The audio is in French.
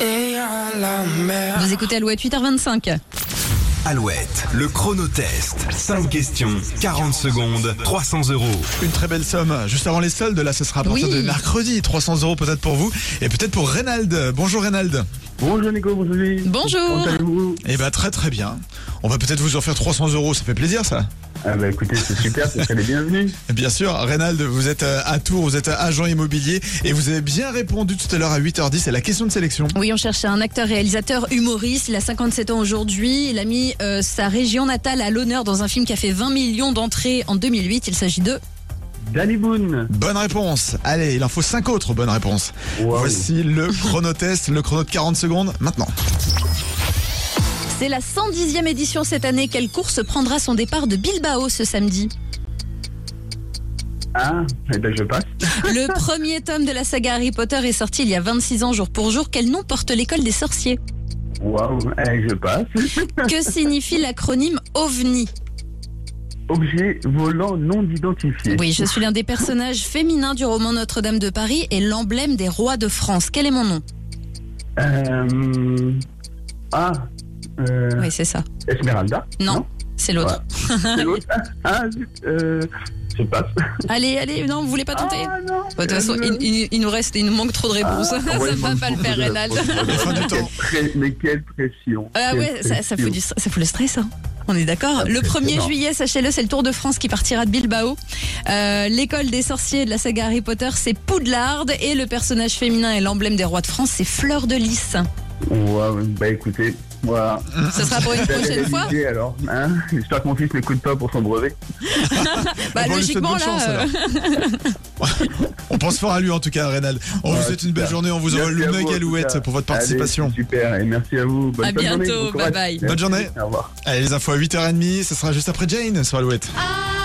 Et à la mer. Vous écoutez Alouette 8h25. Alouette, le chronotest. 5 questions, 40 secondes, 300 euros. Une très belle somme. Juste avant les soldes, là, ce sera à partir Oui. de mercredi. 300 euros peut-être pour vous et peut-être pour Reynald. Bonjour Reynald. Bonjour Nico, bonjour Julie. Bonjour. Comment allez-vous Eh ben très très bien. On va peut-être vous offrir 300 euros, ça fait plaisir ça. Ah bah écoutez, c'est super, vous serez les bienvenus. Bien sûr, Reynald, vous êtes euh, à Tours, vous êtes agent immobilier et vous avez bien répondu tout à l'heure à 8h10 C'est la question de sélection. Oui, on cherchait un acteur, réalisateur, humoriste. Il a 57 ans aujourd'hui. Il a mis euh, sa région natale à l'honneur dans un film qui a fait 20 millions d'entrées en 2008. Il s'agit de. Danny Boone. Bonne réponse. Allez, il en faut 5 autres bonnes réponses. Wow. Voici le chronotest, le chrono de 40 secondes maintenant. C'est la 110e édition cette année. Quelle course prendra son départ de Bilbao ce samedi Ah, eh ben je passe. Le premier tome de la saga Harry Potter est sorti il y a 26 ans jour pour jour. Quel nom porte l'école des sorciers Waouh, eh je passe. Que signifie l'acronyme OVNI Objet volant non identifié. Oui, je suis l'un des personnages féminins du roman Notre-Dame de Paris et l'emblème des rois de France. Quel est mon nom Euh, ah, euh, Oui, c'est ça. Esmeralda. Non, c'est l'autre. C'est l'autre. Ah, zut, euh, je passe. Allez, allez, non, vous voulez pas tenter Ah non. Ah, Bah, De toute façon, il, il- il nous reste, il nous manque trop de réponses. ça Ouais, va pas le faire, Rénal. fin du Quelle temps. pré- Mais quelle pression. Ah quelle ouais, ça, ça fout pression. du, stre- ça fout le stress, hein. On est d'accord. Ah, Le c'est 1er énorme. juillet, sachez-le, c'est le Tour de France qui partira de Bilbao. Euh, L'école des sorciers de la saga Harry Potter, c'est Poudlard. Et le personnage féminin et l'emblème des rois de France, c'est Fleur de Lys. Waouh, bah écoutez, voilà. Ce sera pour une prochaine fois. L'idée, alors, hein J'espère que mon fils n'écoute pas pour son brevet. Bah, Bon, je te souhaite logiquement, bonne chance, là. euh, alors. on pense fort à lui en tout cas, Reynald. On vous Ouais, souhaite une belle super. journée, on vous envoie Merci le à vous, en mug tout Alouette cas. pour votre Allez, participation. c'est super, et merci à vous. Bonne À fin de journée, bientôt, bon courage. bye bye. Bonne journée. Au revoir. Allez, les infos à 8h30, ce sera juste après Jane sur Alouette. I